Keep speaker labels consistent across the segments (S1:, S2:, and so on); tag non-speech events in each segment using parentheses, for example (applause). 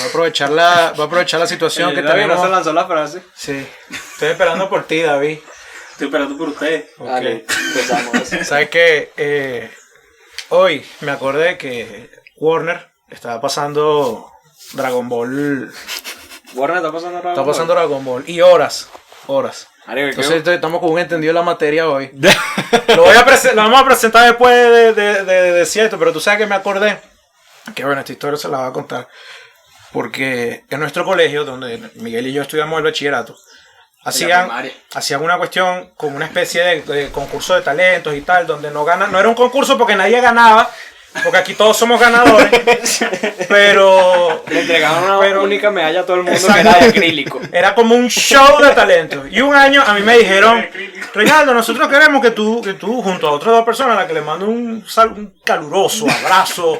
S1: a aprovechar la, va a aprovechar la situación que
S2: David no
S1: tenemos.
S2: se lanzó la frase.
S1: Sí. Estoy esperando por ti, David.
S3: Estoy esperando por ustedes.
S1: Ok.
S2: Dale, empezamos.
S1: Sabes que hoy me acordé que Warner estaba pasando Dragon Ball.
S2: Warner está pasando raro.
S1: Está pasando Dragon Ball. Y horas. Horas.
S2: Ariel,
S1: Entonces estoy- estamos con un entendido de la materia hoy. (laughs) Lo, voy a presen- lo vamos a presentar después de, de, de- de cierto, pero tú sabes que me acordé. Que bueno, esta historia se la voy a contar. Porque en nuestro colegio, donde Miguel y yo estudiamos el bachillerato, hacían,
S3: primaria.
S1: hacían una cuestión con una especie de, de concurso de talentos y tal, donde no ganan. No era un concurso porque nadie ganaba, porque aquí todos somos (laughs) ganadores. pero
S2: Le entregaron una
S1: Pero-
S2: única medalla a todo el mundo que
S1: Exacto.
S2: era de acrílico.
S1: Era como un show de talentos. Y un año a mí me dijeron, Reinaldo, nosotros queremos que tú, que tú junto a otras dos personas, a las que les mando un, sal- un caluroso abrazo,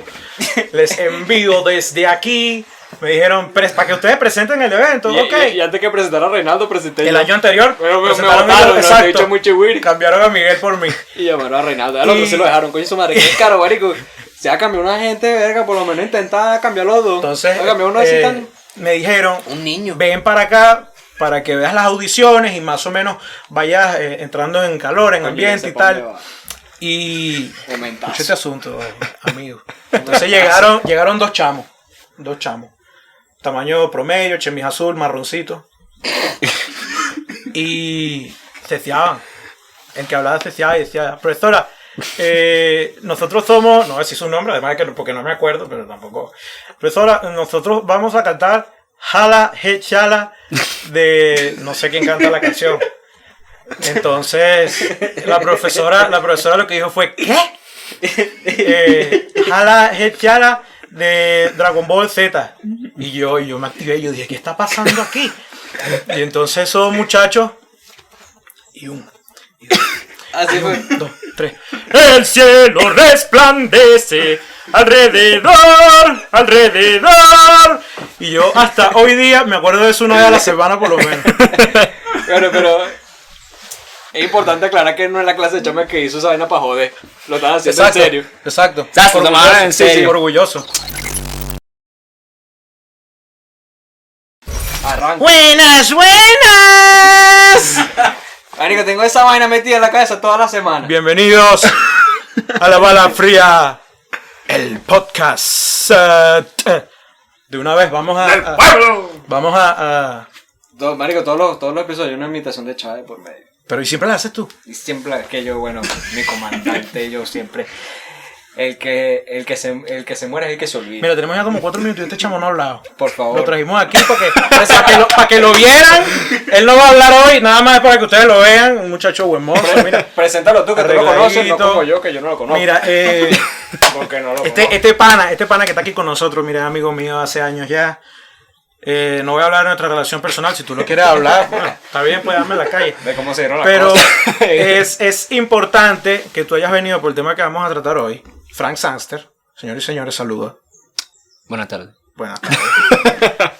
S1: les envío desde aquí. Me dijeron, "Pres- para que ustedes presenten el evento.
S2: Y-
S1: ok.
S2: y, y antes que presentar a Reinaldo, presenté
S1: el
S2: yo.
S1: año anterior,
S2: Pero me, me
S1: presentaron el-
S2: votaron, no te he
S1: exacto,
S2: dicho muy chihuiri.
S1: cambiaron a Miguel por mí.
S2: Y llamaron a Reinaldo. Al otro
S1: Y-
S2: se lo dejaron, coño su madre. Qué caro, marico. Se ha cambiado una gente, verga. Por lo menos intenta cambiar los dos.
S1: Entonces,
S2: Ha cambiado uno así
S1: eh,
S2: tan-
S1: me dijeron,
S3: Un niño.
S1: ven para acá para que veas las audiciones y más o menos vayas eh, entrando en calor, en
S2: Coño,
S1: ambiente
S2: ese
S1: y tal.
S2: pobre va.
S1: Y
S2: Momentazo.
S1: Escucha este asunto, amigo. Entonces llegaron, llegaron dos chamos. Dos chamos. Tamaño promedio, chemis azul, marroncito. Y ceciaban. El que hablaba ceciaba y decía, profesora, eh, nosotros somos, no voy a decir su nombre, además de que no- porque no me acuerdo, pero tampoco. Profesora, nosotros vamos a cantar Jala, He, Chala de no sé quién canta la canción. Entonces, la profesora, la profesora lo que dijo fue, ¿qué? eh, Hala Hechiara de Dragon Ball Z. Y yo, yo me activé y yo dije, ¿qué está pasando aquí? Y entonces esos muchachos. Y uno,
S2: Así
S1: (laughs)
S2: fue.
S1: dos, tres. El cielo resplandece alrededor, alrededor. Y yo hasta hoy día me acuerdo de eso una vez a la semana por lo
S3: (laughs)
S1: menos.
S2: Pero, pero. Es importante aclarar que no es la clase de chama que hizo esa vaina para joder. Lo están haciendo en serio.
S1: Exacto.
S3: Exacto, tomaban
S1: Orgulloso,
S3: en
S1: sí, sí,
S3: serio.
S1: orgulloso.
S2: Arranca.
S1: Buenas, buenas.
S2: Marico, tengo esa vaina metida en la cabeza toda la semana.
S1: Bienvenidos a la bala fría, el podcast. Eh, t- De una vez vamos a, a-
S3: pueblo!
S1: vamos a, a-
S2: Todo- marico, todos los, todos los episodios hay una imitación de Chávez por medio.
S1: pero y siempre la haces tú.
S2: Y siempre es que yo, bueno, mi comandante, yo siempre. El que, el, que se, el que se muere es el que se olvida.
S1: Mira, tenemos ya como cuatro minutos y este chamo no ha hablado.
S2: Por favor.
S1: Lo trajimos aquí para que, para que, lo, para que lo vieran. Él no va a hablar hoy, nada más es para que ustedes lo vean. Un muchacho buen mozo, mira.
S2: Preséntalo tú, que tú lo conoces, no
S1: Arregladito.
S2: como yo, que yo no lo conozco.
S1: Mira, eh,
S2: porque no lo
S1: este,
S2: conozco.
S1: este pana, este pana que está aquí con nosotros, mira, amigo mío, hace años ya. Eh, no voy a hablar de nuestra relación personal, si tú lo quieres hablar, bueno, está bien, pues dame la
S2: (laughs)
S1: calle.
S2: De cómo se dieron las
S1: Pero eh,
S2: cosas.
S1: (laughs) es,
S2: (laughs)
S1: es importante que tú hayas venido por el tema que vamos a tratar hoy. Frank Sanster, señores y señores, saluda.
S3: Buenas tardes.
S1: Buenas
S2: (laughs)
S1: tardes.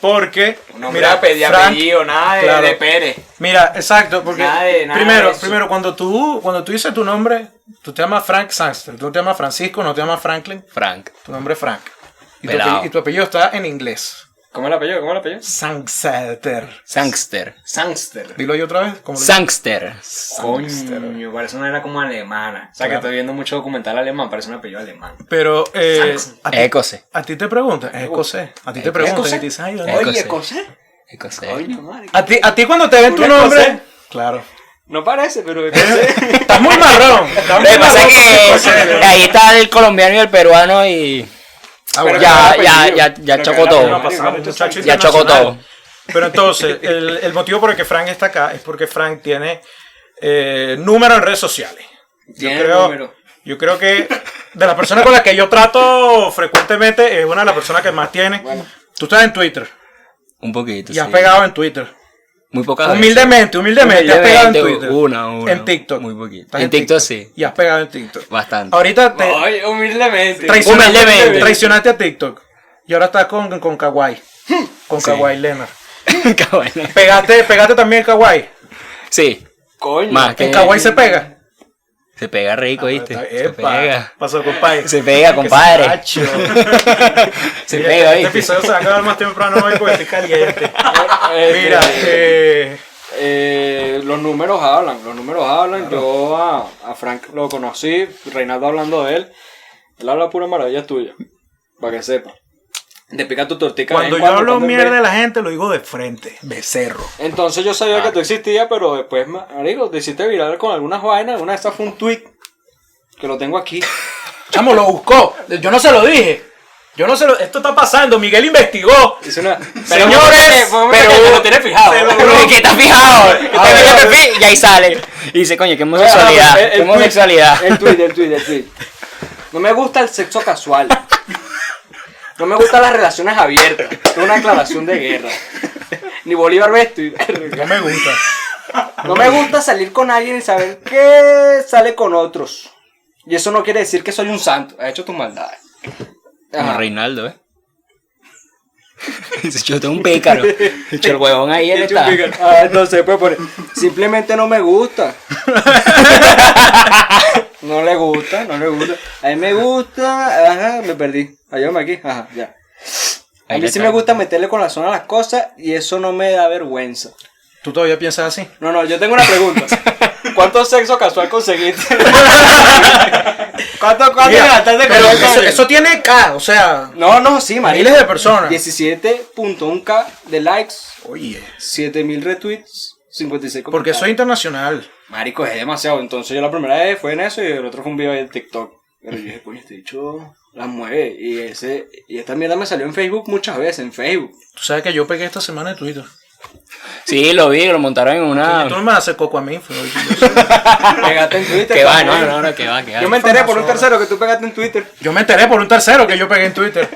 S1: Porque,
S2: No me
S1: mira,
S2: pedí
S1: Frank-
S2: apellido, nada de,
S1: claro.
S2: de Pérez.
S1: mira, exacto, porque
S2: Nada de- nada
S1: primero,
S2: de eso.
S1: primero cuando tú cuando tú dices tu nombre, tú te llamas Frank Sanster, tú no te llamas Francisco, no te llamas Franklin,
S3: Frank.
S1: tu nombre es Frank. Y tu,
S3: Pelao.
S1: apellido, y tu apellido está en inglés.
S2: ¿Cómo el apellido? ¿Cómo el apellido?
S1: Sanster.
S3: Sangster.
S2: Sangster.
S1: Dilo yo otra vez. como lo-
S3: Sangster.
S2: Coño, parece una era como alemana. O sea, que
S1: Claro.
S2: estoy viendo mucho documental alemán, parece un apellido alemán.
S1: Pero eh, a, ti,
S3: Écose.
S1: a ti te preguntan, es escocés. A ti te preguntan y te dicen, ay, ¿dónde
S3: Escocés.
S2: Oye, ¿cosa?
S3: Écose.
S2: Coño, madre.
S1: A ti, a ti cuando te ven tu
S2: ¿Un escocés?
S1: nombre.
S3: (laughs)
S1: Claro.
S2: No parece, pero escocés.
S1: Estás muy marrón. Estás
S3: Lo
S1: muy
S3: que eh, pasa
S1: marrón.
S3: es
S1: Escocés.
S3: que ahí está el colombiano y el peruano y.
S1: Ah,
S2: Pero
S1: bueno.
S3: Ya,
S2: que era
S3: ya, ya,
S2: apellido.
S3: ya
S2: Pero
S3: chocó
S2: que era
S3: todo.
S2: apellido.
S1: Pasamos, muchacho
S3: Ya chocó
S1: internacional.
S3: todo.
S1: Pero entonces, el, el motivo por el que Frank está acá es porque Frank tiene eh, número en redes sociales.
S2: Tiene
S1: yo creo,
S2: número.
S1: Yo creo que de las personas con las que yo trato frecuentemente es una de las personas que más tiene. Tú estás en Twitter
S3: Un poquito.
S1: y has
S3: sí.
S1: pegado en Twitter.
S3: Muy pocas veces.
S1: Humildemente, humildemente, has pegado en
S3: Humildemente,
S1: Twitter.
S3: una, una.
S1: En TikTok.
S3: Muy poquito.
S1: Estás
S3: En TikTok, sí.
S1: Y has pegado en TikTok.
S3: Bastante.
S1: Ahorita te
S2: Oye, humildemente.
S1: traicionaste,
S3: Humildemente.
S1: traicionaste a TikTok. Y ahora estás con, con Kawaii. Con
S3: Sí.
S1: Kawaii Leonard.
S3: (laughs) Qué bueno.
S1: Pegaste, pegaste también Kawaii.
S3: Sí.
S2: Coño.
S3: Más que-
S1: En Kawaii se pega.
S3: Se pega rico,
S1: Ah,
S3: ¿viste? Se pega.
S1: Pasó, compadre.
S3: Se pega,
S1: Que
S3: compadre.
S1: macho.
S3: Se
S1: Mira,
S3: pega,
S1: este,
S3: ¿viste?
S1: episodio se va a acabar más temprano hoy porque estoy caliente. Mira,
S2: Este,
S1: eh,
S2: eh, los números hablan, los números hablan. Yo a, a Frank lo conocí, Reinaldo hablando de él. Él habla pura maravilla tuya, para que sepa. Te pica tu tortica. de vez
S1: cuando
S2: en
S1: yo hablo
S2: cuando en
S1: mierda
S2: vez.
S1: de la gente, lo digo de frente. Becerro.
S2: Entonces yo sabía que tú existías, pero después, marico, te hiciste viral con algunas vainas. Una de estas fue un tweet que lo tengo aquí.
S1: Chamo, lo buscó. Yo no se lo dije. Yo no se lo. Esto está pasando. Miguel investigó.
S2: Hice una...
S3: Señores,
S2: pero
S3: (laughs) pero-
S2: te lo tienes fijado.
S1: se
S2: ¿no?
S1: logró.
S3: Uy, que está fijado.
S1: A ver,
S3: Ahora y ahí sale. Y dice, coño, qué (laughs) homosexualidad.
S2: Ah, (laughs) el- el
S3: Qué
S2: tweet,
S3: homosexualidad.
S2: El tweet, el tweet, el tweet. No me gusta el sexo casual. No me gustan las relaciones abiertas. Es una aclaración de guerra. Ni Bolívar Vesto.
S1: No me gusta.
S2: (laughs) No me gusta salir con alguien y saber que sale con otros. Y eso no quiere decir que soy un santo. Has hecho tus maldades.
S3: Como
S1: Ah.
S2: Ajá.
S3: Reinaldo, ¿eh? (laughs) Se chutó un
S1: (laughs)
S3: pícaro. Se echó el huevón ahí, él está.
S2: Ah, entonces pues poner, simplemente no
S1: (laughs)
S2: me gusta. No le gusta, no le gusta. A mí me gusta, ajá, me perdí. Ayúdame aquí, ajá, ya. A
S3: Ahí
S2: mí
S3: le
S2: sí
S3: está.
S2: me gusta meterle corazón a las cosas y eso no me da vergüenza.
S1: ¿Tú todavía piensas así?
S2: No, no, yo tengo
S1: (laughs)
S2: una pregunta. ¿Cuánto sexo casual conseguiste? ¿Cuánto, cuánto gastaste con
S1: pero
S2: el
S1: eso,
S2: hombre?
S1: eso tiene K, o sea.
S2: No, no, sí, marico.
S1: Miles de personas.
S2: 17.1k de likes,
S1: Oye.
S2: 7000 retweets, 56
S1: Porque soy internacional.
S2: Marico, es demasiado. Entonces yo la primera vez fue en eso y el otro fue un video de TikTok. Pero yo dije, coño, este dicho la mueve. Y ese y esta mierda me salió en Facebook muchas veces, en Facebook.
S1: Tú sabes que yo pegué esta semana en Twitter.
S3: Sí, lo vi, lo montaron en
S1: Tú no
S3: una.
S1: me haces coco a mí. fue-
S2: Pegaste en Twitter.
S3: Que va, no,
S2: cabrón.
S3: no, no, que va, que va.
S2: Yo me enteré por un tercero que tú pegaste en Twitter.
S1: Yo me enteré por un tercero que yo pegué en Twitter.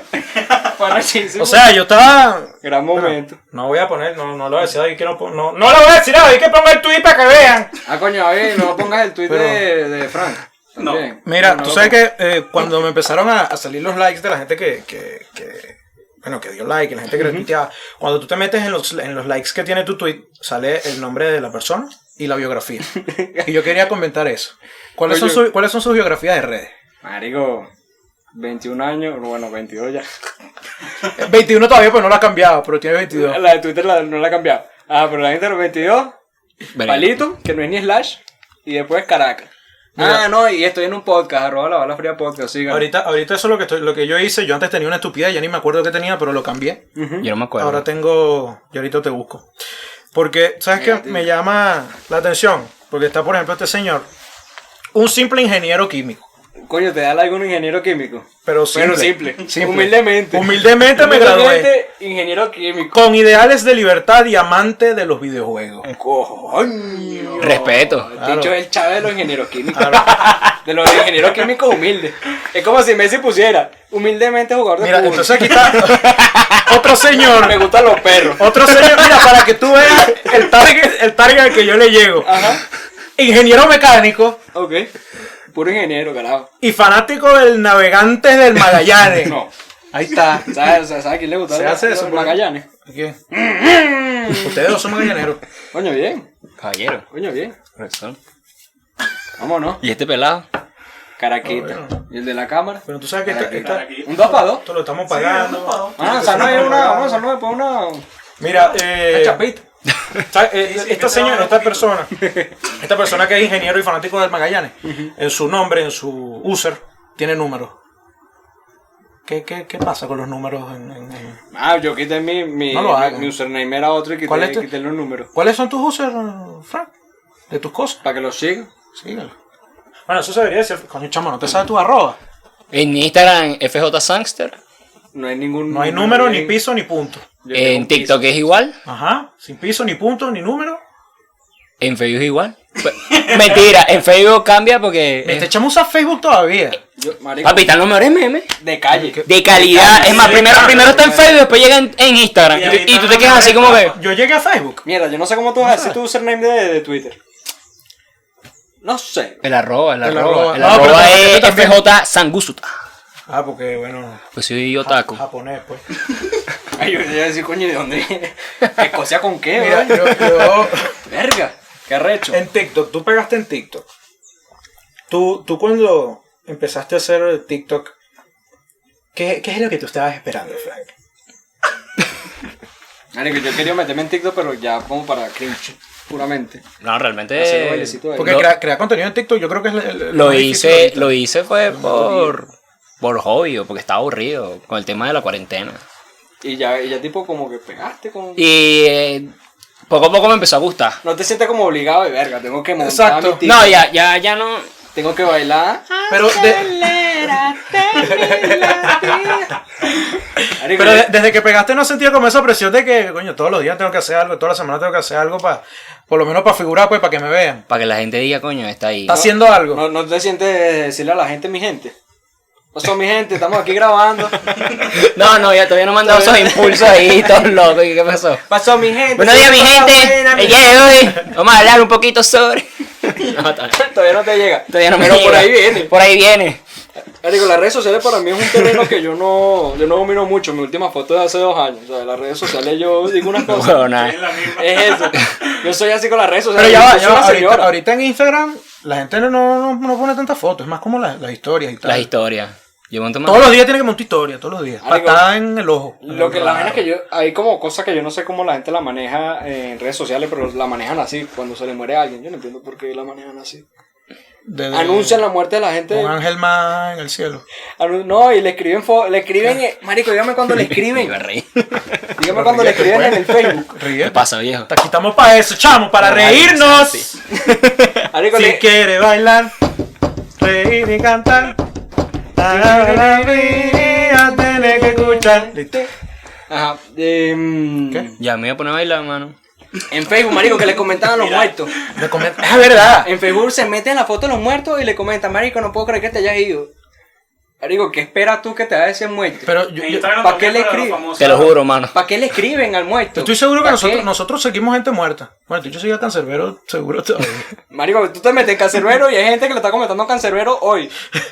S2: Fue arrechísimo.
S1: O sea, yo estaba.
S2: gran momento.
S1: No voy a poner, no, no lo voy a decir ahí que no pon- no, no lo voy a decir ahí que ponga el tweet para que vean.
S2: Ah, coño, oye, no pongas el tweet
S1: Pero-
S2: de, de Frank. También.
S1: Mira,
S2: No, no
S1: tú
S2: lo
S1: sabes
S2: pongas.
S1: que eh, cuando me empezaron a, a salir los likes de la gente que, que, que- bueno, que dio like, la gente que retuiteaba, cuando tú te metes en los, en los likes que tiene tu tweet, sale el nombre de la persona y la (laughs) biografía. y yo quería comentar eso. ¿Cuáles, son,
S2: Oye.
S1: su- ¿cuáles son sus biografías de redes?
S2: Marico, 21 años, bueno, 22 ya.
S1: Eh, 21 todavía, pues no la ha cambiado, pero tiene 22.
S2: La de Twitter la- no la he cambiado. Ah, pero la gente de los 22
S3: Vale.
S2: Palito, que no es ni slash, y después Caracas.
S1: Mira.
S2: Ah, no, y estoy en un podcast, arroba la bala fría podcast, sigan.
S1: Ahorita, ahorita eso es lo que, estoy- lo que yo hice. Yo antes tenía una estupidez, ya ni me acuerdo qué tenía, pero lo cambié.
S3: Yo no me acuerdo.
S1: Ahora tengo. Yo ahorita te busco. Porque, ¿sabes qué? Me llama la atención. Porque está, por ejemplo, este señor. Un simple ingeniero químico.
S2: Coño, te da algún ingeniero químico.
S1: Pero simple.
S2: Bueno, simple. Humildemente.
S1: Humildemente me gradué.
S2: Humildemente, ingeniero químico.
S1: Con ideales de libertad y amante de los videojuegos.
S2: Coño.
S3: Respeto.
S2: El
S1: Claro.
S2: Dicho es el chave de los ingenieros químicos. (laughs)
S1: Claro.
S2: De los ingenieros químicos humildes. Es como si Messi pusiera humildemente jugador de
S1: Mira,
S2: fútbol.
S1: entonces aquí está. (laughs) Otro
S2: Me
S1: señor.
S2: gustan los perros.
S1: Otro señor. Mira, para que tú veas el target, el target al que yo le llego.
S2: Ajá.
S1: Ingeniero mecánico
S2: Ok. Puro ingeniero, carajo.
S1: y fanático del Navegantes del Magallanes.
S2: No.
S1: Ahí está.
S2: ¿Sabes sabes a quién le gusta?
S1: Se hace eso, pues.
S2: Magallanes.
S1: ¿Qué? Ustedes dos son magallaneros.
S2: Coño, bien.
S3: Caballero.
S2: Coño, bien.
S3: Corazón.
S2: Vámonos.
S3: ¿Y este pelado?
S2: Caraquita. ¿Y el de la cámara?
S1: Ah, Pero tú sabes que esta- esta-
S2: Un 2 para 2.
S1: esto lo estamos pagando.
S2: Ah, salme una, vamos a saludar por una,
S1: Mira, eh, (laughs)
S2: una chapita.
S1: esta- eh, esta señora, esta persona, esta persona que es ingeniero y fanático del Magallanes, en su nombre, en su user, tiene números. ¿Qué, qué, qué pasa con los números? en- en- en-
S2: Ah, yo quité mi, mi,
S1: No lo
S2: mi-
S1: hagas.
S2: mi username era otro y quité,
S1: ¿Cuál es tu-
S2: quité los números.
S1: ¿Cuáles son tus users, Frank? De tus cosas.
S2: Para que los siga.
S1: Síguelo. Bueno, eso se debería decir. Coño, chamo, no te sabes tu arroba.
S3: En Instagram, FJ Sangster.
S2: No eh. hay ningún
S1: No hay número, ni
S2: ahí.
S1: piso, ni punto.
S2: Yo tengo
S3: En
S2: un piso.
S3: TikTok es igual.
S1: Ajá, sin piso, ni punto, ni número.
S3: En Facebook es igual. Pe- (laughs) Mentira, en Facebook cambia
S2: Eh.
S3: porque. eh,
S1: Este chamo usa Facebook todavía.
S2: Yo, marico,
S3: Papi, están los mejores memes.
S2: de calle.
S3: De calidad. Es más, primero, primero está en Facebook, después llega en, en Instagram. Y, tú- y tú te quedas así como que.
S1: Yo llegué a Facebook.
S2: Mierda, yo no sé cómo tú vas a decir tu username de, de Twitter. No sé. (laughs)
S3: El arroba, el
S1: El arroba.
S3: arroba. El
S1: No, pero
S3: arroba
S1: no, yo
S3: es
S1: también.
S3: FJ Sangusuta.
S1: Ah, porque bueno.
S3: Pues soy otaku.
S1: Japonés, pues.
S2: Ay, yo iba a decir, coño, ¿de dónde
S1: (laughs)
S2: viene? ¿Escocia con qué,
S1: Mira,
S2: bro?
S1: yo, (laughs) yo-
S2: Verga, qué recho.
S1: En TikTok, tú pegaste en TikTok. Tú, tú cuando empezaste a hacer el TikTok, ¿qué, qué es lo que tú estabas esperando, Frank?
S2: Marico, yo quería meterme en TikTok, pero ya como para cringe, puramente. Hacer
S3: No,
S2: los
S3: realmente.
S2: bailecitos ahí.
S1: Porque
S3: Lo-
S1: crea- crear contenido en TikTok yo creo que es el- el-
S3: Lo
S1: más difícil
S3: hice,
S1: ahorita.
S3: lo hice fue por, por hobby o porque estaba aburrido con el tema de la cuarentena.
S2: Y ya, y ya tipo como que pegaste con...
S3: Y eh, poco a poco me empezó a gustar.
S2: No te sientes como obligado de verga, tengo que montar
S1: Exacto.
S2: mi TikTok,
S3: No, ya, ya, ya no.
S2: tengo que bailar.
S1: Pero,
S3: (laughs)
S1: de-
S2: Marico,
S1: pero
S2: yo-
S1: de- desde que pegaste no sentía como esa presión de que, coño, todos los días tengo que hacer algo, toda la semana tengo que hacer algo para, por lo menos para figurar, pues, para que me vean.
S3: Para que la gente diga, coño, está ahí.
S1: Está haciendo algo.
S2: no, no te sientes decirle a la gente, mi gente. O sea, mi gente, estamos
S1: (laughs)
S2: aquí grabando.
S3: No, no, ya todavía no me han dado esos impulsos ahí, todos locos. ¿Qué pasó?
S2: Pasó mi gente.
S3: Buenos días, mi
S2: pasó
S3: gente.
S2: buena, mi
S3: El día de hoy vamos a hablar un poquito sobre. No, todavía,
S2: Todavía no te llega.
S3: todavía no me
S2: Pero por
S3: llega.
S2: ahí viene.
S3: Por ahí viene.
S2: Marico, las redes sociales para mí es un terreno que yo no, yo no domino mucho. Mi última foto es de hace dos años. O sea, las redes sociales yo digo
S1: (laughs)
S2: unas cosas.
S3: Bueno, nada.
S2: Es eso. Yo soy así con las redes
S1: Pero
S2: sociales.
S1: ya
S2: yo
S1: va,
S2: soy
S1: ya va,
S2: una
S1: Ahorita,
S2: señora.
S1: ahorita en Instagram la gente no, no, no pone tantas fotos, es más como las, las historias y tal.
S3: Las historias. Yo monto más.
S1: Todos los días tiene que montar historia, todos los días.
S2: Algo-
S1: Patada en el ojo.
S2: Lo que la vaina es que yo, hay como cosas que yo no sé cómo la gente la maneja en redes sociales, pero la manejan así cuando se le muere a alguien. Yo no entiendo por qué la manejan así.
S1: De- de-
S2: Anuncian la muerte de la gente.
S1: Un ángel más en el cielo.
S2: anu- No, y le escriben, fo- le escriben, eh, marico, dígame cuando le
S3: (laughs) Me iba a
S2: escriben.
S3: reír.
S2: Dígame cuando le escriben en el Facebook.
S1: Ríe.
S3: ¿Qué pasa, viejo?
S1: Te quitamos para eso, chamo, para
S3: No,
S1: reírnos.
S3: sí.
S1: (laughs)
S2: Marico,
S1: Si
S2: le-
S1: quiere bailar, reír y cantar. A la alegría tiene que escuchar. Listo.
S2: Ajá. em,
S3: Ya me voy a poner a bailar, mano.
S2: En Facebook, marico, que le comentaban a los muertos.
S1: Me comen- Es verdad.
S2: En Facebook se meten la foto de los muertos y le comentan, marico, no puedo creer que te hayas ido. Marico, ¿qué esperas tú que te haya ese muerto?
S1: Pero yo, yo-
S4: Instagram
S2: ¿pa' qué
S4: también
S2: le
S4: para los
S2: escribe?
S4: famosos.
S3: Te lo juro, mano.
S2: ¿Para qué le escriben al muerto?
S1: estoy seguro que
S2: ¿Pa'
S1: nosotros,
S2: qué?
S1: nosotros seguimos gente muerta. Bueno, yo soy el cancerbero, seguro todavía.
S2: Marico, tú te metes en cancerbero y hay gente que le está comentando cancerbero hoy.
S1: (laughs)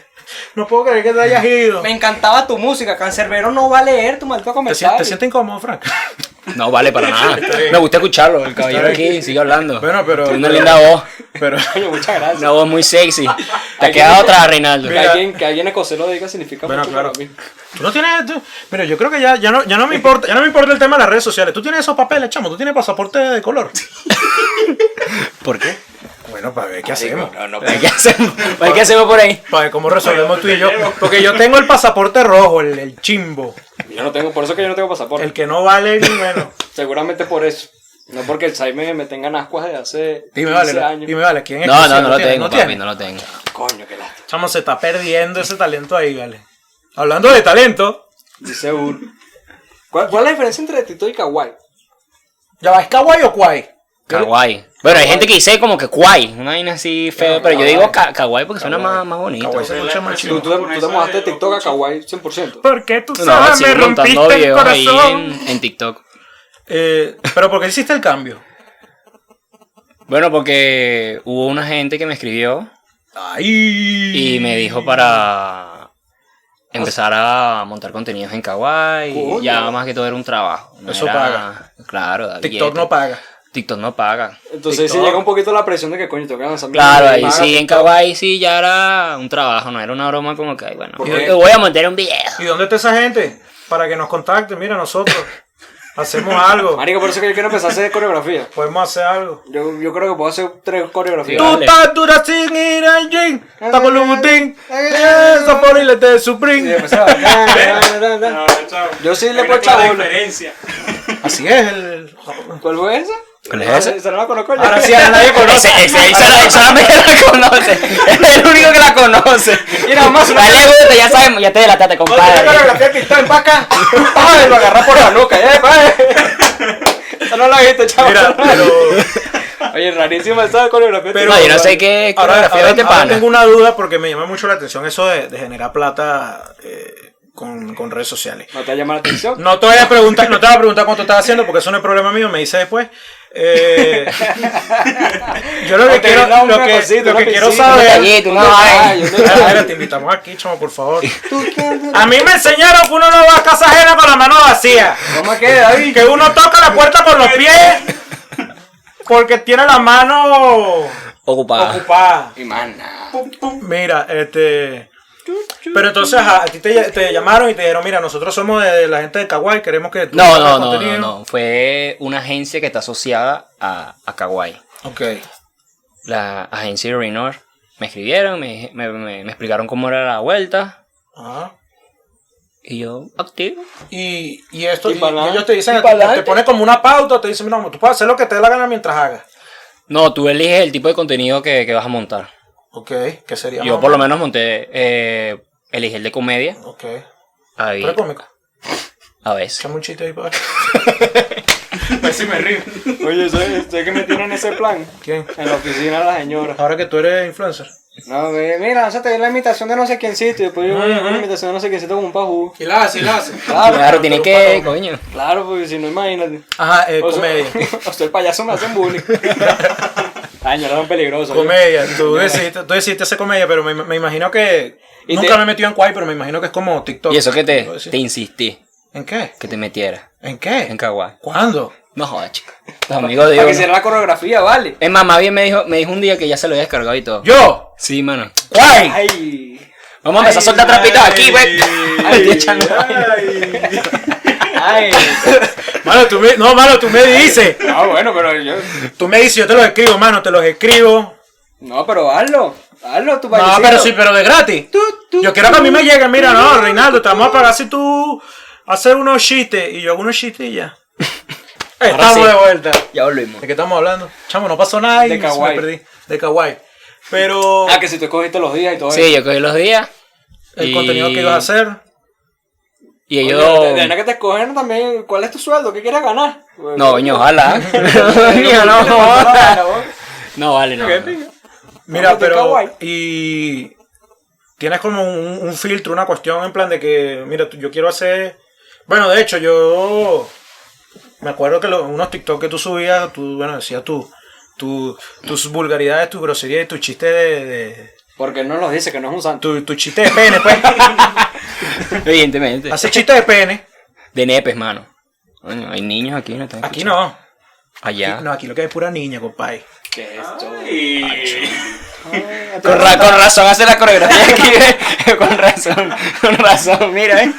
S1: No puedo creer que te hayas ido.
S2: Me encantaba tu música, cancerbero no va a leer tu maldito
S1: ¿Te,
S2: comentario.
S1: sientes- te sientes incómodo, (laughs) Frank?
S3: No vale
S1: (laughs)
S3: para nada. Me gusta escucharlo. El caballero aquí sigue hablando.
S1: Bueno, pero-
S3: Tiene una linda voz.
S1: Pero
S2: Coño, muchas gracias.
S3: Una voz muy sexy. Te ha quedado atrás, Reinaldo.
S2: Que alguien, que alguien escocés lo diga significa
S1: Bueno,
S2: mucho
S1: claro.
S2: para mí.
S1: tú no tienes. tú- pero yo creo que ya, ya, no, ya no me importa ya no me importa el tema de las redes sociales. Tú tienes esos papeles, chamo. Tú tienes pasaporte de color.
S3: ¿Por qué?
S1: (laughs) Bueno, para ver qué hacemos.
S3: No, no, ¿para (laughs) qué hacemos? ¿Para qué hacemos por ahí?
S1: Para ver cómo resolvemos tú y yo. Porque yo tengo el pasaporte rojo, el, el chimbo.
S2: Yo no tengo, por eso que yo no tengo pasaporte.
S1: El que no vale ni bueno.
S2: Seguramente por eso. No porque el Saime me tenga en ascuas de hace
S1: (laughs) Dime,
S2: 15
S1: vale.
S2: años.
S1: Dime, vale. ¿Quién es
S3: No,
S1: que
S3: no,
S1: sí
S3: no lo
S1: tiene?
S3: tengo,
S1: tiene?
S3: papi, no lo tengo.
S2: Coño, qué lástima.
S1: Chamo, se está perdiendo ese talento ahí, vale. Hablando de talento.
S2: Dice uno. ¿Cuál, cuál es la diferencia entre Tito y Kawaii?
S1: ¿Ya va, es kawaii o kawaii?
S3: Kawaii. Bueno, hay gente que dice como que kawaii, una vaina así fea, pero yo digo ka- kawaii porque suena más, más bonito.
S1: Kawaii se
S4: Pero
S1: escucha
S4: la-
S1: más
S2: Tú,
S1: chido.
S2: tú, tú te mojaste de TikTok a Kawaii 100%.
S1: ¿Por qué tú
S3: No,
S1: sabes?
S3: sigo
S1: me
S3: montando
S1: rompiste el
S3: videos ahí
S1: corazón.
S3: en, en TikTok.
S1: Eh, pero ¿por qué hiciste el cambio?
S3: Bueno, porque hubo una gente que me escribió
S1: Ay.
S3: y me dijo para empezar a montar contenidos en kawaii.
S2: Coño.
S3: y Ya más que todo era un trabajo. no
S1: Eso
S3: era-
S1: paga.
S3: Claro, da
S1: TikTok
S3: billete.
S1: no paga.
S3: TikTok no paga.
S2: Entonces sí
S1: TikTok.
S2: llega un poquito la presión de que coño, tengo que lanzar mi-
S3: Claro,
S2: mi
S3: ahí
S2: paga.
S3: sí, en Kawaii sí ya era un trabajo, no era una broma como que, ay, bueno,
S2: ¿Por
S3: yo
S2: qué?
S3: te voy a montar un video.
S1: ¿Y dónde está esa gente? Para que nos contacten, mira,
S3: (laughs)
S1: nosotros hacemos algo,
S2: Marico, por eso que yo quiero empezar a hacer coreografía.
S1: podemos hacer algo.
S2: Yo, yo creo que puedo hacer tres coreografías.
S3: Tú Vale.
S1: estás dura sin ir al gym, estás con Louboutin, esa por y le te
S2: Y
S1: Supreme. (laughs)
S2: empezar a bailar, da, da, da, da.
S4: No, chao.
S2: Yo sí le
S4: Hay
S2: puedo
S4: una
S2: echar
S4: clara
S2: bola.
S4: diferencia.
S1: Así es, el...
S2: ¿Cuál fue esa?
S3: ¿Cuál es esa?
S2: Ah, no la conozco yo.
S1: Ahora sí, a nadie
S3: Ese,
S1: conoce.
S3: ese, ese, ese solamente la conoce. Es el único que la conoce.
S2: Mira, más una-
S3: A él le gusta, ya sabemos, ya te delataste,
S2: Otra
S3: compadre.
S2: coreografía que está en vaca. Ay, lo agarrá por la nuca, eh, pa. Esa no la viste, chaval.
S1: Mira, pero... (laughs)
S2: Oye, rarísima esa coreografía.
S1: pero-
S3: No, yo no sé qué
S1: Ahora,
S3: coreografía
S1: ahora-
S3: de este
S1: ahora
S3: pana.
S1: tengo una duda porque me llama mucho la atención eso de, de generar plata eh, con, con redes sociales.
S2: No te llama la atención.
S1: No te voy a preguntar, no te voy a preguntar cuánto estás haciendo porque eso no es problema mío, me dice después. Eh, (laughs) yo lo que
S2: Te
S1: quiero,
S2: brinda
S1: lo
S2: una
S1: que,
S2: cosita,
S1: lo
S2: una
S1: que quiero
S2: piscina,
S1: saber.
S3: un detallito, una
S2: Un
S3: vaina.
S2: detalle, un
S1: Ah,
S2: detalle.
S1: mira, te invitamos aquí, chamo, por favor. A mí me enseñaron que uno no va a casa ajena con la mano vacía.
S2: ¿Cómo es que, David?
S1: Que uno toca la puerta con los pies porque tiene la mano
S3: Ocupada.
S1: Ocupada.
S2: Y más nada.
S1: Pum, pum. Mira, este. Pero entonces ajá, a ti te, te llamaron y te dijeron, mira, nosotros somos de la gente de Kawaii, queremos que tú
S3: No,
S1: hagas
S3: no, no, no,
S1: contenido".
S3: no. Fue una agencia que está asociada a, a Kawaii.
S1: Ok.
S3: La agencia de Raynor me escribieron, me, me, me- me explicaron cómo era la vuelta.
S1: Ajá.
S3: Y yo, activo.
S1: Y, y esto,
S2: Y
S1: y-
S2: para
S1: y ellos te
S2: adelante.
S1: dicen,
S2: Y para
S1: te
S2: adelante.
S1: ponen como una pauta, te dicen, no, tú puedes hacer lo que te dé la gana mientras hagas.
S3: No, tú eliges el tipo de contenido que, que vas a montar.
S1: Ok, que sería.
S3: Yo por lo menos monté, eh, elegí el de comedia.
S1: menos. Ok. Tú
S3: Ahí,
S1: eres cómico.
S3: a veces.
S1: Echame un chiste ahí para (laughs) Pues sí me río.
S2: Oye, sé, sé que me tienen ese plan.
S1: ¿Quién?
S2: En la oficina de la señora.
S1: Ahora que tú eres influencer.
S2: No, ve, mira, o sea, te di la invitación de no sé quiéncito y después yo voy a la invitación de no sé quiéncito con un pajú.
S1: Y la hace, y la hace.
S2: Claro,
S3: Claro, tienes
S1: pero
S3: que,
S1: para-
S3: coño.
S2: claro, porque si no, imagínate.
S1: Ajá, eh,
S2: O sea,
S1: comedia.
S2: (laughs) o sea, el payaso me
S1: (laughs)
S2: hacen bullying. Ay, no, eran peligrosos.
S1: Comedia, tú decidiste, tú decidiste hacer comedia, pero me, me imagino que.
S2: Y
S1: nunca
S2: te-
S1: me he metido en Kwai, pero me imagino que es como TikTok.
S3: Y eso que te,
S1: Lo decís.
S3: te insistí,
S1: ¿En qué?
S3: que te metieras
S1: ¿En qué?
S3: en Kawaii.
S1: ¿Cuándo?
S3: No jodas, chico. Los amigos de
S2: Para que
S3: Dios.
S2: hiciera la coreografía, vale.
S3: Es más, más bien me dijo, me dijo un día que ya se lo había descargado y todo.
S1: ¡Yo! (laughs)
S3: Sí, mano.
S1: ¡Kwai!
S2: Ay.
S3: Vamos a empezar a soltar trapitos aquí, güey. Ay, estoy echando vaina.
S2: Ay.
S1: Mano, tú me, no, mano, tú me dices.
S2: No, bueno, pero yo.
S1: Tú me dices, yo te los escribo, mano, te los escribo.
S2: No, pero hazlo. Hazlo, tu
S1: No,
S2: bailecito.
S1: pero sí, pero de gratis. Yo quiero que a mí me lleguen, mira, no, Reinaldo, te vamos a pagar si tú haces unos chistes. Y yo hago unos chistes y ya. Estamos
S3: sí.
S1: de vuelta.
S3: Ya volvimos.
S1: ¿De qué estamos hablando? Chamo, no pasó nada y
S2: De
S1: se me
S2: kawaii.
S1: perdí. De kawaii. Pero
S2: Ah, que si tú escogiste los días y todo eso.
S3: Sí, yo cogí los días.
S1: el
S3: y-
S1: contenido que ibas a hacer.
S3: Y
S2: Oye,
S3: ellos.
S2: de- de verdad que te escogen también. ¿Cuál es tu sueldo? ¿Qué quieres ganar?
S3: No, coño, ojalá. Coño, no, jodas. No, vale, no. no.
S1: Mira,
S2: Vamos de
S1: pero.
S2: kawaii.
S1: Y. Tienes como un, un filtro, una cuestión en plan de que, mira, tú- yo quiero hacer. Bueno, de hecho, yo. Me acuerdo que lo- unos TikTok que tú subías, tú, bueno, decías tú. tu- tus vulgaridades, tus groserías y tus chistes de. de-
S2: Porque no nos dice que no es un santo.
S1: tu, tu chiste de pene, pues.
S3: Evidentemente.
S1: Haces chistes de pene.
S3: De nepes, mano. Coño, hay niños aquí, no están
S1: Aquí no.
S3: escuchando. Allá.
S1: No, aquí lo que hay es pura niña, compadre.
S2: ¿Qué es esto?
S3: Con, ra- con razón hace la coreografía aquí, ¿eh? (laughs) Con razón. Con razón, mira, eh.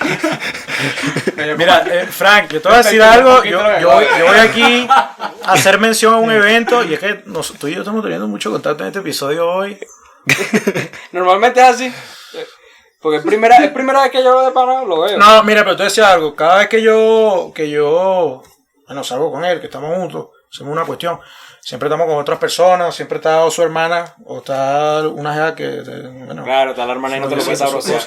S1: Mira, eh, Frank, yo te voy a decir
S2: Perfecto,
S1: algo.
S2: un
S1: Yo,
S2: poquito de
S1: yo-
S2: verdad.
S1: yo voy aquí a hacer mención a un evento y es que nos, tú y yo estamos teniendo mucho contacto en este episodio hoy.
S2: Normalmente es así. Porque es primera, es primera vez que yo de pana lo veo.
S1: No, mira, pero tú decías algo. Cada vez que yo, que yo, bueno, salgo con él, que estamos juntos, hacemos una cuestión. Siempre estamos con otras personas, siempre está su hermana o está una jefa que, bueno,
S2: Claro, está la hermana y no te lo puedes abrocear.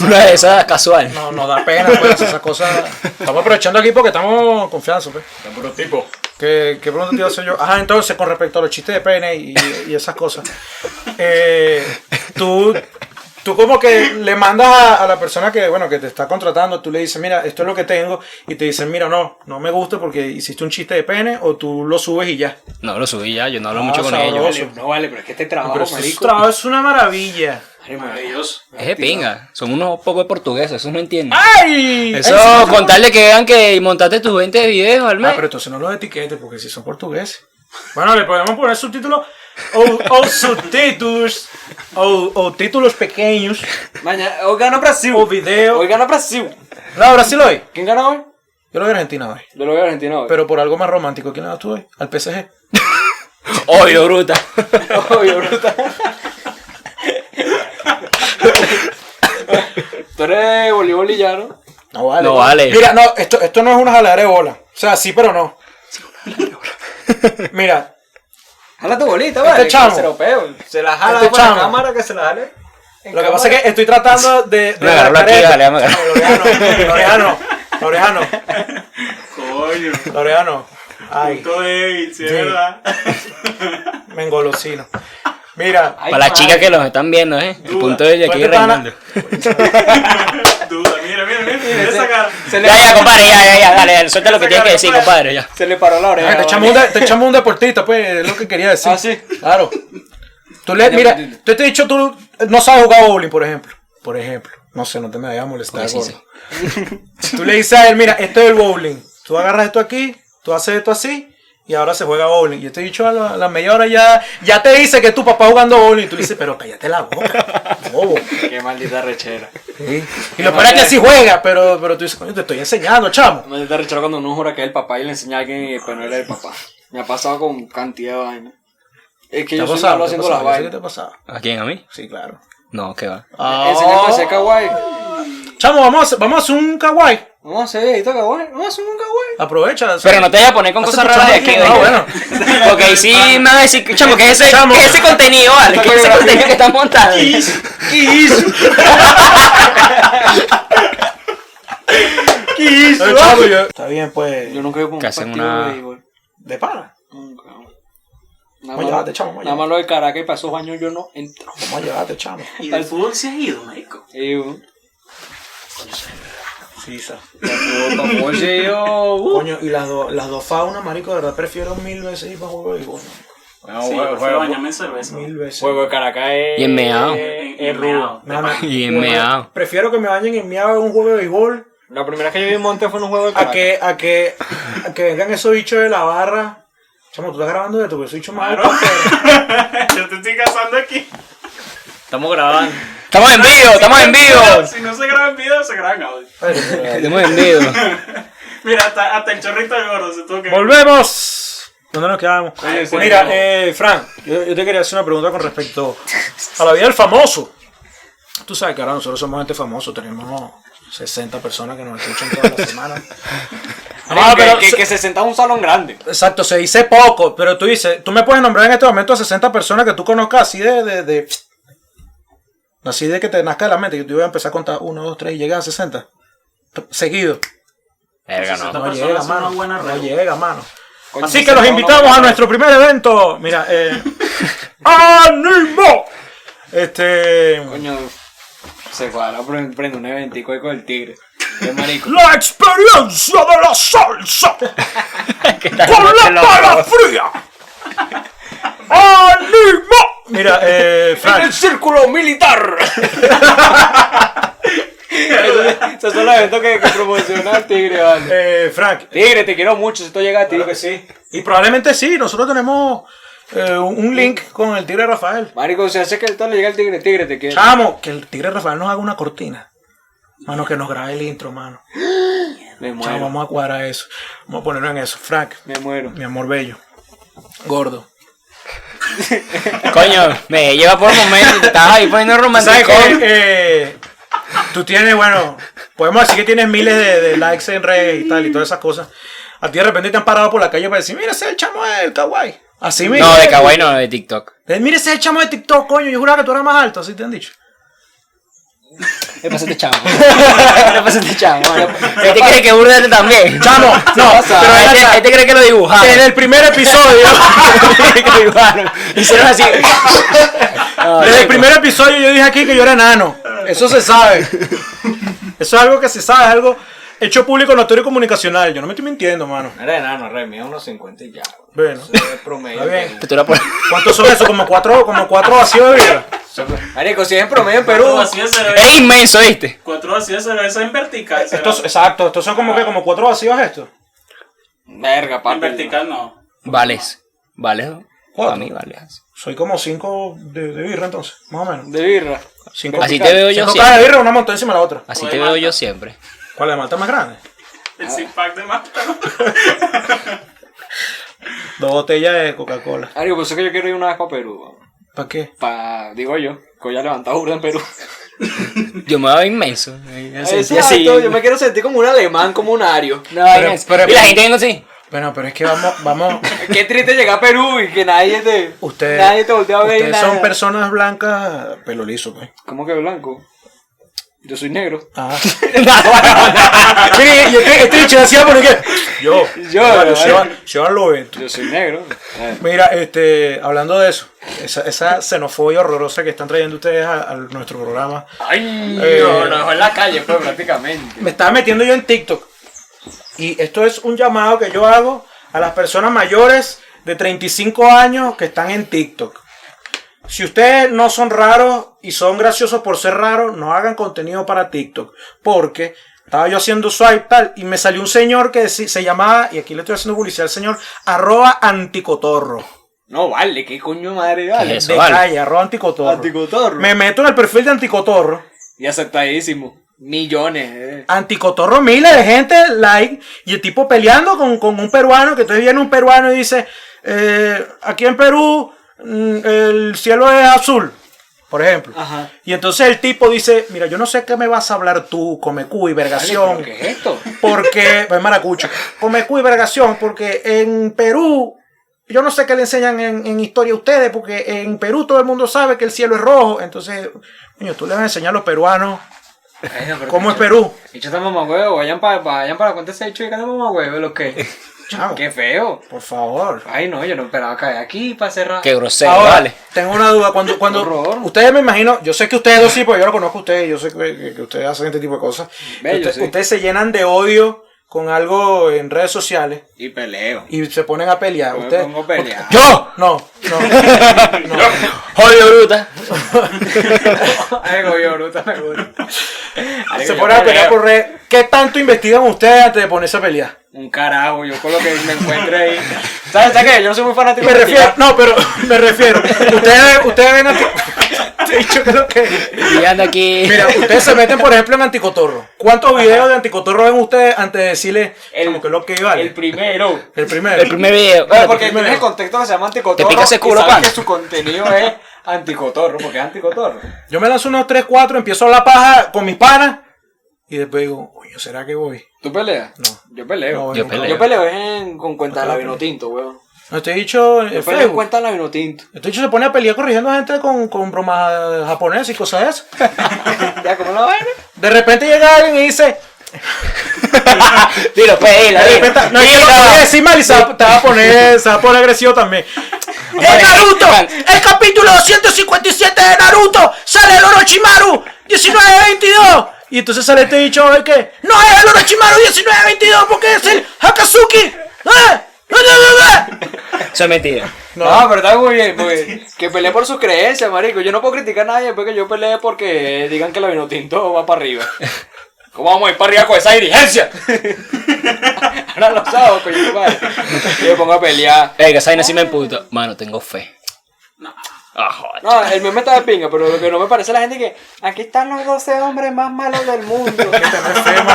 S3: Una de esas casual.
S1: no, nos da pena, pues, esas cosas. Estamos aprovechando aquí porque estamos en confianza, pues.
S4: puro tipo.
S1: ¿Qué, qué pregunta te iba a hacer yo? Ajá, entonces, con respecto a los chistes de pene y, y esas cosas. eh, tú, tú como que le mandas a, a la persona que, bueno, que te está contratando, tú le dices, mira, esto es lo que tengo, y te dicen, mira, no, no me gusta porque hiciste un chiste de pene, o tú lo subes y ya.
S3: No, lo subí ya, yo no hablo
S1: Ah,
S3: mucho con
S1: sabroso.
S3: ellos.
S2: Vale, no vale, pero es que este trabajo,
S1: Pero eso es,
S2: marico.
S1: trabajo, es una maravilla.
S2: Ay, marico.
S4: Maravilloso.
S3: Es de pinga, son unos pocos portugueses, esos no entienden.
S1: Ah, ¡Ay!
S3: Eso,
S1: Ay, sí.
S3: contarle que vean que montaste tus 20 videos al
S1: Ah,
S3: mes.
S1: pero entonces no los etiquetes porque si son portugueses. Bueno, le podemos poner subtítulos o, o subtítulos o, o títulos pequeños
S2: Mañana, hoy gana Brasil.
S1: o videos.
S2: Hoy gana Brasil.
S1: No, Brasil hoy.
S2: ¿Quién gana hoy?
S1: Yo lo veo Argentina hoy.
S2: Yo lo veo a Argentina hoy.
S1: Pero por algo más romántico, ¿quién le das tú hoy? Al PSG.
S3: Obvio, bruta.
S2: (laughs) Obvio, bruta. Tú eres voleibolillano.
S1: No vale.
S3: No vale.
S1: Mira, no, esto, esto no es una jaladera de bola. O sea, sí, pero no. Mira,
S2: Jala tu bolita,
S1: Este
S2: vale. que
S1: chamo.
S2: Se lo peo. Se la jala
S1: Este
S2: con la
S1: chamo.
S2: cámara que se la jale. en
S1: lo que
S2: cámara.
S1: pasa es que estoy tratando de. de
S3: Me agarró la
S1: careta.
S3: tía, le vamos a agarrar.
S1: No, La oreja no, la oreja no, la oreja
S4: Coño.
S1: no, la oreja no. Ay,
S4: Punto débil, sí,
S1: Sí.
S4: ¿verdad? (laughs)
S1: me engolosino. Mira,
S2: Ay,
S3: Para las
S2: madre.
S3: chicas que los están viendo, ¿eh? El
S4: Duda.
S3: punto de ellos
S1: Tú
S3: aquí
S1: este pana-
S3: reinando.
S4: Duda, mira, mira, mira, mira esa cara.
S2: Se le,
S3: Ya, ya, compadre, ya, ya, ya, dale, dale, suelta lo que tienes que decir, compadre, ya.
S2: se le paró la oreja.
S1: Ah, te,
S2: vale.
S1: echamos un de- te echamos un deportista, pues, es lo que quería decir.
S2: Ah, sí.
S1: Claro. Tú le, mira, tú te he dicho, tú no sabes jugar bowling, por ejemplo. Por ejemplo. No sé, no te me vayas a molestar.
S3: Porque sí
S1: gordo. Tú le dices a él, mira, esto es el bowling. Tú agarras esto aquí, tú haces esto así, y ahora se juega bowling. Y este dicho a la, a la media hora ya, ya te dice que tu papá jugando bowling. Y tú le dices, pero cállate la boca, bobo.
S2: Qué maldita rechera.
S1: Y lo peor es que sí juega, pero, pero tú dices, coño, te estoy enseñando, chamo.
S2: Maldita rechera cuando uno jura que es el papá y le enseña a alguien y pues no era el papá. Me ha pasado con cantidad de vainas. Es
S1: ¿Te
S2: que yo
S1: ha
S2: soy
S1: pasado?
S2: malo
S1: ¿Te ha
S2: haciendo las
S1: pasado? Yo sé que te
S2: vainas.
S1: ha pasado?
S3: ¿A quién? ¿A mí?
S1: Sí, claro. Ah, oh.
S3: No, qué va.
S2: Enseñame a hacer kawaii.
S1: Chamo, vamos a, hacer- vamos a hacer un kawaii.
S2: Vamos a hacer videito kawaii. Vamos a hacer un kawaii.
S1: Aprovecha.
S3: Pero no te vayas a poner con
S1: Estás
S3: cosas raras de aquí,
S1: escuchando
S3: oye.
S1: bien,
S3: Porque ahí sí me va a decir, chamo, que ese,
S1: Ah. Chamo.
S3: que ese contenido, vale,
S1: (laughs)
S3: que ese contenido que estás montando.
S1: ¿Qué hizo? ¿Qué hizo? Está bien, pues.
S2: Yo nunca he ido por un
S3: Que hacen
S2: partido
S3: una-
S2: de béisbol.
S1: De pana.
S2: Nunca. Nada
S1: Vamos a
S2: más,
S1: llevarte, chamo.
S2: nada más lo de Caracas y para esos baños yo no entro.
S1: Vamos a llevarte, chamo.
S4: Y del fútbol se ha ido, marico.
S1: Eh,
S2: Y, uh,
S1: Sí, sa.
S2: como yo, uh,
S1: Coño, y las, do- las dos faunas, marico, de verdad prefiero mil veces ir para juego de béisbol.
S2: No,
S4: sí,
S2: juego,
S4: yo fui a
S2: juego,
S4: bañarme en cerveza. Eh,
S1: Mil veces.
S2: juego de Caracas es.
S3: Y en meao.
S2: es- Es rudo.
S1: No, no.
S3: Y en meao.
S1: Prefiero que me bañen en miado en un juego de béisbol
S2: La primera vez que yo vi en Monte fue en un juego de
S1: a
S2: Caracas.
S1: que, a que, a que vengan esos bichos de la barra. Chamo, tú estás grabando de tu esos bichos más
S4: Claro. (laughs)
S1: altos que-
S4: Yo te estoy casando aquí.
S2: Estamos grabando.
S3: Estamos en vivo, estamos en vivo.
S4: Si no se graba en video, se graba en audio.
S3: Estamos en vivo.
S4: Mira, hasta, hasta el chorrito del gordo se tuvo que.
S1: ¡Volvemos! ¿Dónde nos quedamos?
S2: Oye, sí,
S1: Mira,
S2: no.
S1: eh, Frank, yo, yo te quería hacer una pregunta con respecto a la vida del famoso. Tú sabes que ahora nosotros somos gente famoso, tenemos 60 personas que nos escuchan toda la semana. Ah,
S2: que,
S1: pero
S2: que,
S1: se-
S2: que se senta en un salón grande.
S1: exacto, se dice poco, pero tú dices, tú me puedes nombrar en este momento a 60 personas que tú conozcas así de... de, de- así de que te nazca de la mente, yo te voy a empezar a contar 1, 2, 3 y llegas a 60. Seguido.
S3: Verga, (laughs)
S4: Esta
S3: no.
S1: No
S4: persona
S1: llega,
S4: hace una
S1: mano.
S4: buena
S1: No
S4: reunión.
S1: llega, mano.
S2: Coño,
S1: Así
S2: se
S1: que los
S2: sentó
S1: invitamos
S2: uno-
S1: a nuestro primer evento. Mira, (laughs) eh. ¡Ánimo! Este.
S2: Coño, se fue a la pre- prende un eventico ahí con el tigre.
S1: (laughs)
S2: Qué marico.
S1: La experiencia de la (laughs) salsa
S3: Que estás
S1: con
S3: loco,
S1: la
S3: loco.
S1: pala (laughs) fría. ¡Ánimo! Mira, eh. Frank.
S2: círculo militar! Esos son los eventos que, que promociona el tigre, vale.
S1: eh, Frank.
S2: Tigre, te quiero mucho. Si tú llegas, te digo que sí.
S1: Y probablemente sí, nosotros tenemos eh, un link con el tigre Rafael.
S2: Marico, si hace que el tal le llega el tigre, tigre, te quiero.
S1: Chamo, que el tigre Rafael nos haga una cortina. Mano, que nos grabe el intro, mano.
S2: Me
S1: Chamo,
S2: muero.
S1: vamos a cuadrar eso. Vamos a ponerlo en eso. Frank,
S2: Me
S1: (laughs)
S2: muero.
S1: mi amor bello. Gordo.
S3: Coño, me lleva por un momento. Te estabas ahí poniendo
S1: ¿Sabes
S3: romántico.
S1: qué? Eh, tú tienes, bueno, podemos decir que tienes miles de, de likes en redes y tal y todas esas cosas. A ti de repente te han parado por la calle para decir, mira, ese es el chamo del kawaii. Así mismo.
S3: No, de kawaii no,
S1: (laughs)
S3: de TikTok.
S1: Eh, Mira, ese es el chamo de TikTok, coño. Yo juraba que tú eras más alto, así te han dicho. Eh,
S3: Le
S2: (laughs)
S3: pasaste chamo. Le
S1: (laughs)
S3: pasaste chamo. Este cree que burdete también. (laughs)
S1: Chamo, no,
S3: Pero
S1: pero
S3: este, este cree que lo dibujaron.
S1: (laughs) desde el primer episodio,
S3: Cree que lo dibujaron. Hicieron (laughs) así. No,
S1: desde el
S3: chico.
S1: primer episodio yo dije aquí que yo era enano. Eso se sabe. Eso es algo que se sabe, es algo hecho público, notorio y comunicacional. Yo no me estoy mintiendo, mano.
S2: No era enano, re, mía unos 50 y ya.
S1: Bueno,
S2: Eso es promedio.
S1: Está bien.
S3: Tú la pones-
S1: ¿cuántos son eso? Como cuatro, como cuatro vacíos de vida.
S2: Marico, si es en promedio en
S4: Cuatro
S2: Perú.
S4: vacíos de cerveza.
S3: (laughs) Es inmenso, ¿viste?
S4: Cuatro vacíos de cerveza en vertical.
S1: Estos,
S4: será.
S1: exacto, estos son como que como cuatro vacíos estos.
S2: Verga,
S4: en
S2: papi.
S4: vertical no.
S3: Vales. Vales.
S1: Cuatro.
S3: Para mí, vales.
S1: Soy como cinco de, de birra entonces, más o menos.
S2: De birra.
S1: Cinco
S3: Así
S1: cajas-
S3: te veo yo
S1: cinco
S3: siempre.
S1: cajas de birra, una montada encima de la otra.
S3: Así te veo yo siempre.
S1: ¿Cuál es la malta más grande?
S4: El six pack de Marta.
S1: Dos botellas de Coca-Cola.
S2: Marico, por eso es que yo quiero ir una vez para Perú. weón.
S1: ¿Para qué?
S2: Pa, digo yo, que ya levantado burda
S1: (laughs)
S2: en Perú.
S3: Yo me veo inmenso. Me sentí así.
S2: Exacto, yo me quiero sentir como un alemán, como un ario.
S3: No, vaina.
S1: pero-
S3: y la gente viendo así.
S1: Bueno, pero es que vamos, vamos.
S2: Qué triste llegar a Perú y que nadie te.
S1: Ustedes,
S2: Nadie te voltea a ver. y
S1: ustedes son
S2: nada.
S1: personas blancas, pelo liso, pues.
S2: ¿Cómo que blanco? Yo soy negro. (laughs)
S1: Ah. este,
S3: Mire, yo creo que estoy hecho así porque.
S1: Yo,
S2: Yo,
S1: claro,
S2: ¿verdad?
S1: se va- se va al Lobeto.
S2: Yo soy negro. Eh,
S1: Mira, este, hablando de eso, esa, esa xenofobia horrorosa que están trayendo ustedes a- a nuestro programa.
S2: (laughs) Ay,
S1: Eh.
S2: no, lo dejó en la calle, pues prácticamente.
S1: me estaba metiendo yo en TikTok. Y esto es un llamado que yo hago a las personas mayores de 35 años que están en TikTok. Si ustedes no son raros y son graciosos por ser raros, no hagan contenido para TikTok. Porque Estaba yo haciendo swipe tal y me salió un señor que deci- se llamaba, y aquí le estoy haciendo publicidad al señor, arroba anticotorro.
S2: No, vale, qué coño madre, vale.
S3: ¿Qué Eso,
S1: de
S3: vale.
S1: calle, arroba anticotorro.
S2: Anticotorro.
S1: Me meto en el perfil de anticotorro.
S2: Y aceptadísimo. Millones, eh.
S1: Anticotorro miles de gente, like, y el tipo peleando con, con un peruano, que entonces viene un peruano y dice, eh, aquí en Perú mm, el cielo es azul, por ejemplo.
S2: Ajá.
S1: Y entonces el tipo dice, mira, yo no sé qué me vas a hablar tú, comecuy,
S2: Vale,
S1: vergación.
S2: pero ¿Qué es
S1: (laughs)
S2: esto?
S1: Porque, pues maracucho, comecuy, vergación, porque en Perú, yo no sé qué le enseñan en, en historia a ustedes, porque en Perú todo el mundo sabe que el cielo es rojo. Entonces, coño, tú le vas a enseñar a los peruanos cómo es Perú.
S2: Echa esta mamá huevo, vayan para vayan para cuenta ese hecho y que esta mamá huevo, lo que.
S1: Chao.
S2: Qué feo.
S1: Por favor.
S2: Ay, no, yo no esperaba caer aquí para cerrar.
S3: Qué grosero,
S1: Ahora,
S3: vale.
S1: tengo una duda.
S2: (laughs)
S1: Cuando, cuando
S2: horror.
S1: ustedes me imagino, yo sé que ustedes dos sí, porque yo lo conozco a ustedes, yo sé que, que- que ustedes hacen este tipo de cosas.
S2: Bello,
S1: Usted-
S2: sí.
S1: Ustedes se llenan de odio con algo en redes sociales
S2: Y peleo.
S1: y se ponen a pelear.
S2: Yo me
S1: Ustedes-
S2: pongo a pelear.
S1: Yo, no,
S2: (laughs)
S1: no.
S3: Jodido bruta.
S2: (laughs) Ay, goyo, bruta, me gusta. Ay,
S1: se
S2: yo
S1: ponen a pelear
S2: peleo.
S1: por redes. ¿Qué tanto investigan ustedes antes de ponerse a pelear?
S2: Un carajo, yo con lo que me encuentre ahí. ¿Sabes sabes qué? Yo no soy muy (laughs) fanático
S1: Me
S2: de
S1: refiero,
S2: tirar.
S1: no, pero (laughs) me refiero. Ustedes, ustedes ven
S2: (laughs)
S1: a ti- Te he dicho que lo que.
S3: Y anda aquí.
S1: Mira, ustedes se meten, por ejemplo, en Anticotorro. ¿Cuántos videos de Anticotorro ven ustedes antes de decirle
S2: El-
S1: como que lo que vale?
S2: El primero.
S1: El primero.
S3: el primer video.
S2: Bueno,
S3: Vale,
S2: porque
S1: primero.
S2: tienes el contexto que se llama anticotorro.
S3: Te pica ese culo,
S2: y sabes
S3: pan.
S2: que su contenido es anticotorro, porque es anticotorro.
S1: Yo me lanzo unos 3, 4, empiezo la paja con mis panas y después digo, coño, ¿será que voy?
S2: ¿Tú peleas?
S1: No.
S2: Yo peleo.
S1: No, bueno,
S3: Yo
S1: no.
S3: peleo.
S2: Yo peleo es en- con cuenta de la
S1: Ojalá,
S2: Vinotinto, weón.
S1: No te he dicho en
S2: Yo peleo en
S1: Facebook.
S2: cuenta de la Vinotinto. (laughs)
S1: Este dicho se pone a pelear corrigiendo a gente con, con bromas japonesas y cosas de esas.
S2: ¿Ya cómo la vaina?
S1: De repente llega alguien y dice,
S3: (laughs) Dilo, pues, dilo,
S1: de
S3: dilo.
S1: repente, no, es que lo
S3: Dilo.
S1: voy a decir mal y se va, te va a poner, se va a poner agresivo también. ¡Eh, Naruto! ¡El capítulo 257 de Naruto! ¡Sale el Orochimaru! ¡1922! Y entonces sale este dicho el que ¡No es el Orochimaru 1922 porque es el Hakazuki! ¡Eh! ¡No, no, no, no!
S3: Eso es mentira.
S2: No, pero está muy bien, porque que pelee por sus creencias, marico. Yo no puedo criticar a nadie después que yo pelee porque digan que la Vinotinto va para arriba. ¿Cómo vamos a ir para arriba con esa
S3: (laughs)
S2: dirigencia? (laughs) Ahora lo sábados, coño, madre. Yo me pongo a pelear.
S3: Venga, esa vaina sí me emputo. Mano, tengo fe. Ah, joder.
S2: No, el meme está de pinga, pero lo que no me parece es la gente que aquí están los 12 hombres más malos del mundo.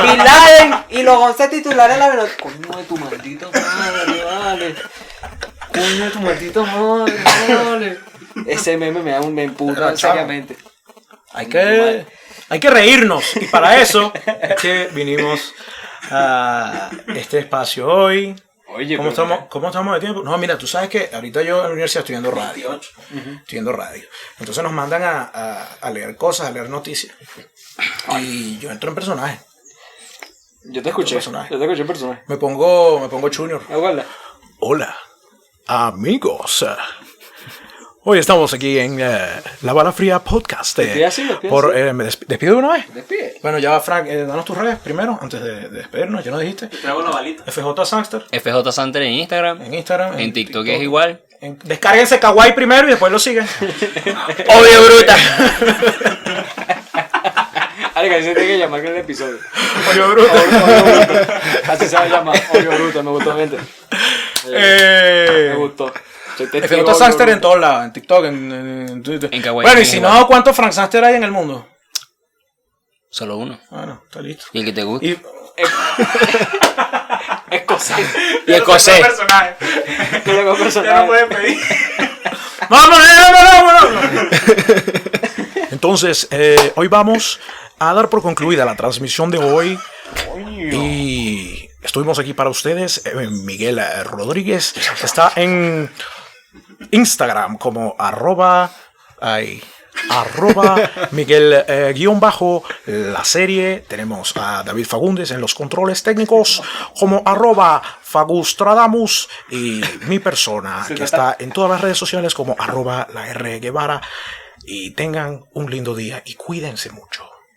S2: Bin Laden y los 11 titulares de la verdad. Coño de tu maldito madre, vale. Coño de tu maldito madre, vale. Ese meme me da un me
S1: Pero,
S2: emputa,
S1: chamo.
S2: seriamente.
S1: Hay que, hay que reírnos. Y para eso es que vinimos a este espacio hoy.
S2: Oye,
S1: ¿Cómo
S2: pero-
S1: estamos, ¿Cómo estamos de tiempo? No, mira, tú sabes que ahorita yo en la universidad estoy viendo radio. Estoy viendo radio. Entonces nos mandan a, a- a leer cosas, a leer noticias. Y yo entro en personaje.
S2: Yo te escuché,
S1: Personaje.
S2: yo te escuché en personaje.
S1: Me pongo, me pongo junior.
S2: Aguarda.
S1: Hola, amigos. Hoy estamos aquí en eh, La Bala Fría Podcast. eh,
S2: Despide así, despide
S1: por, eh, ¿Me desp- despido de una vez?
S2: Despide.
S1: Bueno, ya va, Frank, eh, danos tus redes primero, antes de, de despedirnos, ya no dijiste.
S4: Traigo la balita.
S1: FJ Sangster
S3: FJ Santer en Instagram.
S1: en Instagram.
S3: En TikTok es igual.
S1: En- Descárguense Kawaii primero y después lo siguen.
S3: Obvio, bruta.
S2: Ale, que así se tiene que llamar que el episodio.
S1: Oye, bruto.
S2: Obvio bruto. Así se va a llamar. Obvio bruto, me gustó, gente. Me
S1: (laughs) Eh,
S2: gustó. Soy testigo,
S1: FJ
S2: obvio
S1: Sangster
S2: bruto.
S1: en todos lados, en TikTok, en, en Twitter.
S3: En Kawaii,
S1: Bueno, y
S3: en
S1: si
S3: igual.
S1: no, ¿cuántos Frank Sangster hay en el mundo?
S3: Solo uno.
S1: Bueno, está listo.
S3: Y el que te guste.
S1: Y
S2: (laughs) Es cosa.
S3: Y escocés.
S4: personaje.
S2: Yo lo veo
S4: Ya no
S2: personal.
S4: pueden pedir.
S1: ¡Vámonos, vámonos, vámonos! Entonces, eh, hoy vamos a dar por concluida la transmisión de hoy. Y estuvimos aquí para ustedes. eh, Miguel eh, Rodríguez está en Instagram como arroba... ay, arroba Miguel eh, guión bajo la serie tenemos a David Fagundes en los controles técnicos como arroba Fagustradamus y mi persona que está en todas las redes sociales como arroba la R Guevara y tengan un lindo día y cuídense mucho